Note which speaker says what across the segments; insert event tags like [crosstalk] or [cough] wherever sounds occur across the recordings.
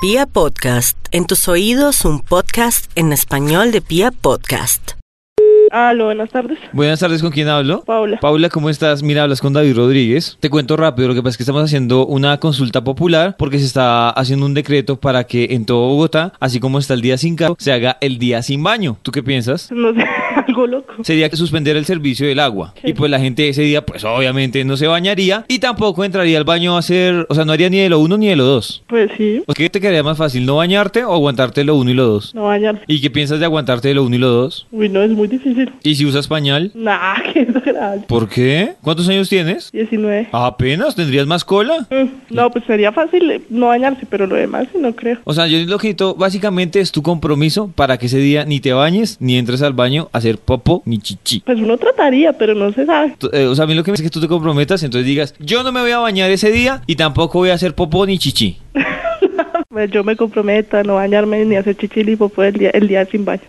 Speaker 1: Pia Podcast, en tus oídos un podcast en español de Pia Podcast.
Speaker 2: Aló, buenas tardes.
Speaker 3: Buenas tardes, ¿con quién hablo?
Speaker 2: Paula.
Speaker 3: Paula, ¿cómo estás? Mira, hablas con David Rodríguez. Te cuento rápido, lo que pasa es que estamos haciendo una consulta popular porque se está haciendo un decreto para que en todo Bogotá, así como está el día sin carro, se haga el día sin baño. ¿Tú qué piensas?
Speaker 2: [laughs] No sé, algo loco.
Speaker 3: Sería suspender el servicio del agua.
Speaker 2: Sí.
Speaker 3: Y pues la gente ese día, pues obviamente no se bañaría y tampoco entraría al baño a hacer, o sea, no haría ni de lo uno ni de lo dos.
Speaker 2: Pues sí,
Speaker 3: ¿O ¿Qué te quedaría más fácil, no bañarte o aguantarte lo uno y lo dos?
Speaker 2: no bañarse.
Speaker 3: ¿Y qué piensas de aguantarte lo uno y lo dos?
Speaker 2: Uy, no, es muy difícil.
Speaker 3: ¿Y si usas pañal?
Speaker 2: Nah, [laughs] qué desagradable.
Speaker 3: ¿Por qué? ¿Cuántos años tienes?
Speaker 2: 19.
Speaker 3: Apenas tendrías más cola.
Speaker 2: Mm, No, pues sería fácil eh, no bañarse, pero lo demás sí, no creo.
Speaker 3: O sea, yo lo que necesito básicamente es tu compromiso para que ese día ni te bañes, ni entres al baño a hacer popo, ni chichi.
Speaker 2: Pues uno trataría, pero no se sabe.
Speaker 3: T- eh, o sea, a mí lo que me dice es que tú te comprometas, entonces digas, yo no me voy a bañar ese día y tampoco voy a hacer popo ni chichi.
Speaker 2: Pues yo me comprometo a no bañarme ni hacer chichilipo por el día, el día sin baño.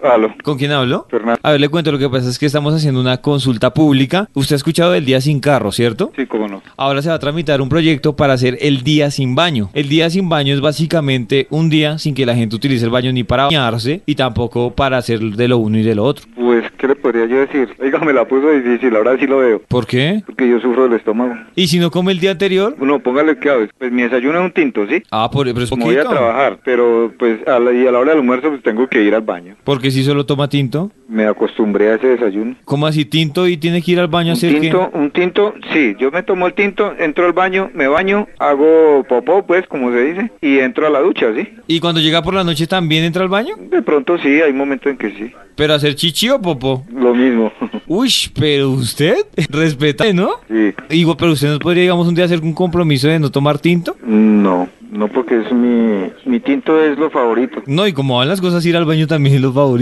Speaker 4: Aló,
Speaker 3: ¿Con quién hablo?
Speaker 4: Fernando.
Speaker 3: A ver, le cuento, lo que pasa es que estamos haciendo una consulta pública. Usted ha escuchado del día sin carro, ¿cierto?
Speaker 4: Sí, cómo no.
Speaker 3: Ahora se va a tramitar un proyecto para hacer el día sin baño. El día sin baño es básicamente un día sin que la gente utilice el baño ni para bañarse y tampoco para hacer de lo uno y de lo otro.
Speaker 4: Pues, ¿qué le podría yo decir? Oiga, me la puso difícil, ahora sí lo veo.
Speaker 3: ¿Por qué?
Speaker 4: Porque yo sufro del estómago.
Speaker 3: ¿Y si no come el día anterior?
Speaker 4: Bueno, póngale que hago. Pues mi desayuno es un tinto, ¿sí?
Speaker 3: Ah, por, pero es
Speaker 4: Pues Me voy a
Speaker 3: poquito.
Speaker 4: trabajar, pero pues a la, y a la hora del almuerzo pues tengo que ir al baño.
Speaker 3: Porque si solo toma tinto.
Speaker 4: Me acostumbré a ese desayuno.
Speaker 3: ¿Cómo así tinto y tiene que ir al baño a
Speaker 4: Un
Speaker 3: hacer qué?
Speaker 4: tinto, un tinto, sí, yo me tomo el tinto, entro al baño, me baño, hago popó, pues, como se dice, y entro a la ducha, ¿sí?
Speaker 3: ¿Y cuando llega por la noche también entra al baño?
Speaker 4: De pronto sí, hay momentos en que sí,
Speaker 3: ¿Pero hacer chichi o popó?
Speaker 4: lo mismo. [laughs]
Speaker 3: Uy, pero usted [laughs] respeta, ¿no?
Speaker 4: sí,
Speaker 3: Digo, pero usted nos podría, digamos, un día hacer un compromiso de no tomar tinto.
Speaker 4: no, no porque es mi, mi tinto es lo favorito.
Speaker 3: No, y como van las cosas, ir al baño también es lo
Speaker 4: [laughs]
Speaker 3: favorito.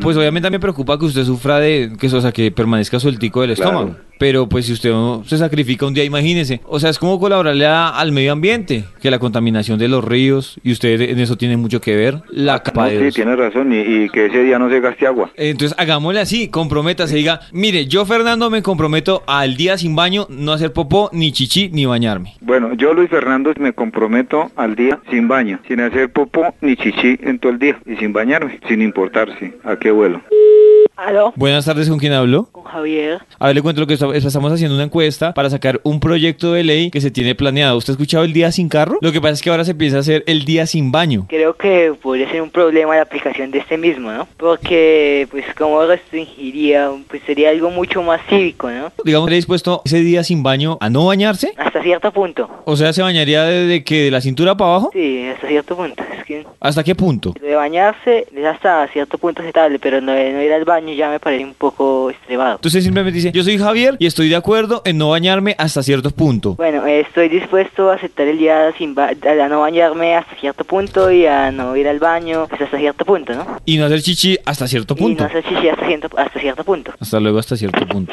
Speaker 3: Pues obviamente me preocupa que usted sufra de que, o sea, que permanezca sueltico del
Speaker 4: Claro.
Speaker 3: estómago. Pero pues si usted no se sacrifica un día, imagínese. O sea, es como colaborarle a- al medio ambiente, que la contaminación de los ríos, y usted en eso tiene mucho que ver, la capa
Speaker 4: No,
Speaker 3: de
Speaker 4: Ah, sí,
Speaker 3: ozono.
Speaker 4: tienes razón, y, y que ese día no se gaste agua.
Speaker 3: Entonces hagámosle así, comprométase, diga, mire, yo Fernando me comprometo al día sin baño, no hacer popó, ni chichi, ni bañarme.
Speaker 4: Bueno, yo Luis Fernando me comprometo al día sin baño, sin hacer popó ni chichi en todo el día y sin bañarme, sin importarse a qué vuelo.
Speaker 5: Aló,
Speaker 3: Buenas tardes, ¿con quién hablo?
Speaker 5: con Javier.
Speaker 3: A ver, le cuento lo que está- estamos haciendo una encuesta para sacar un proyecto de ley que se tiene planeado. ¿Usted ha escuchado el día sin carro? Lo que pasa es que ahora se empieza a hacer el día sin baño.
Speaker 5: Creo que podría ser un problema la aplicación de este mismo, ¿no? Porque, pues, como restringiría, pues sería algo mucho más cívico, ¿no?
Speaker 3: Digamos, ¿le dispuesto ese día sin baño a no bañarse?
Speaker 5: Hasta cierto punto.
Speaker 3: O sea, ¿se bañaría desde que de la cintura para abajo?
Speaker 5: Sí, hasta cierto punto. Es que
Speaker 3: ¿Hasta qué punto?
Speaker 5: lo de bañarse es hasta cierto punto aceptable, pero no, no ir al baño ya me parece un poco extremado.
Speaker 3: Entonces simplemente dice, yo soy Javier y estoy de acuerdo en no bañarme hasta cierto punto.
Speaker 5: Bueno, eh, estoy dispuesto a aceptar el día sin ba- a no bañarme hasta cierto punto y a no ir al baño pues, hasta cierto punto, ¿no?
Speaker 3: Y no hacer chichi hasta cierto
Speaker 5: Y
Speaker 3: punto.
Speaker 5: no sé si sí hasta cierto, hasta cierto punto.
Speaker 3: Hasta luego, hasta cierto punto.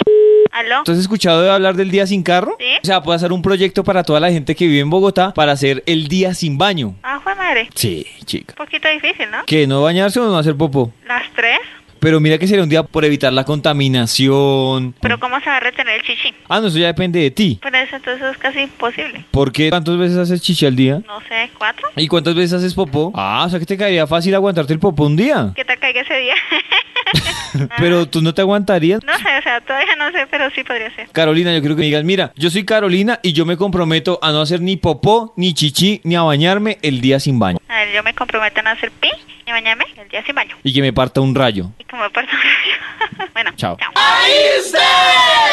Speaker 6: ¿Aló?
Speaker 3: ¿Tú has escuchado de hablar del día sin carro?
Speaker 6: Sí.
Speaker 3: O sea, puede hacer un proyecto para toda la gente que vive en Bogotá para hacer el día sin baño.
Speaker 6: Ah, fue madre.
Speaker 3: Sí, chica.
Speaker 6: Un poquito difícil, ¿no?
Speaker 3: ¿Que no bañarse o no hacer popó?
Speaker 6: Las tres.
Speaker 3: Pero mira que sería un día por evitar la contaminación.
Speaker 6: Pero ¿cómo se va a retener el chichi?
Speaker 3: Ah, no, eso ya depende de ti.
Speaker 6: Por eso entonces es casi imposible.
Speaker 3: ¿Por qué tantas veces haces chichi al día?
Speaker 6: No sé, ¿cuatro?
Speaker 3: ¿Y cuántas veces haces popó? Ah, o sea que te caería fácil aguantarte el popó un día. [laughs]
Speaker 6: ¿Qué tal caiga ese día? [laughs]
Speaker 3: Pero tú no te aguantarías.
Speaker 6: no sé, o sea, todavía no sé, pero sí podría ser.
Speaker 3: Carolina, yo creo que me digas, mira, yo soy Carolina y yo me comprometo a no hacer ni popó, ni chichi, ni a bañarme el día sin baño.
Speaker 6: A ver, yo me comprometo a no hacer pi y bañarme el día sin baño. [laughs]
Speaker 3: Y que me parta un rayo.
Speaker 6: Y como parto... bueno,
Speaker 3: Chao.
Speaker 6: chao.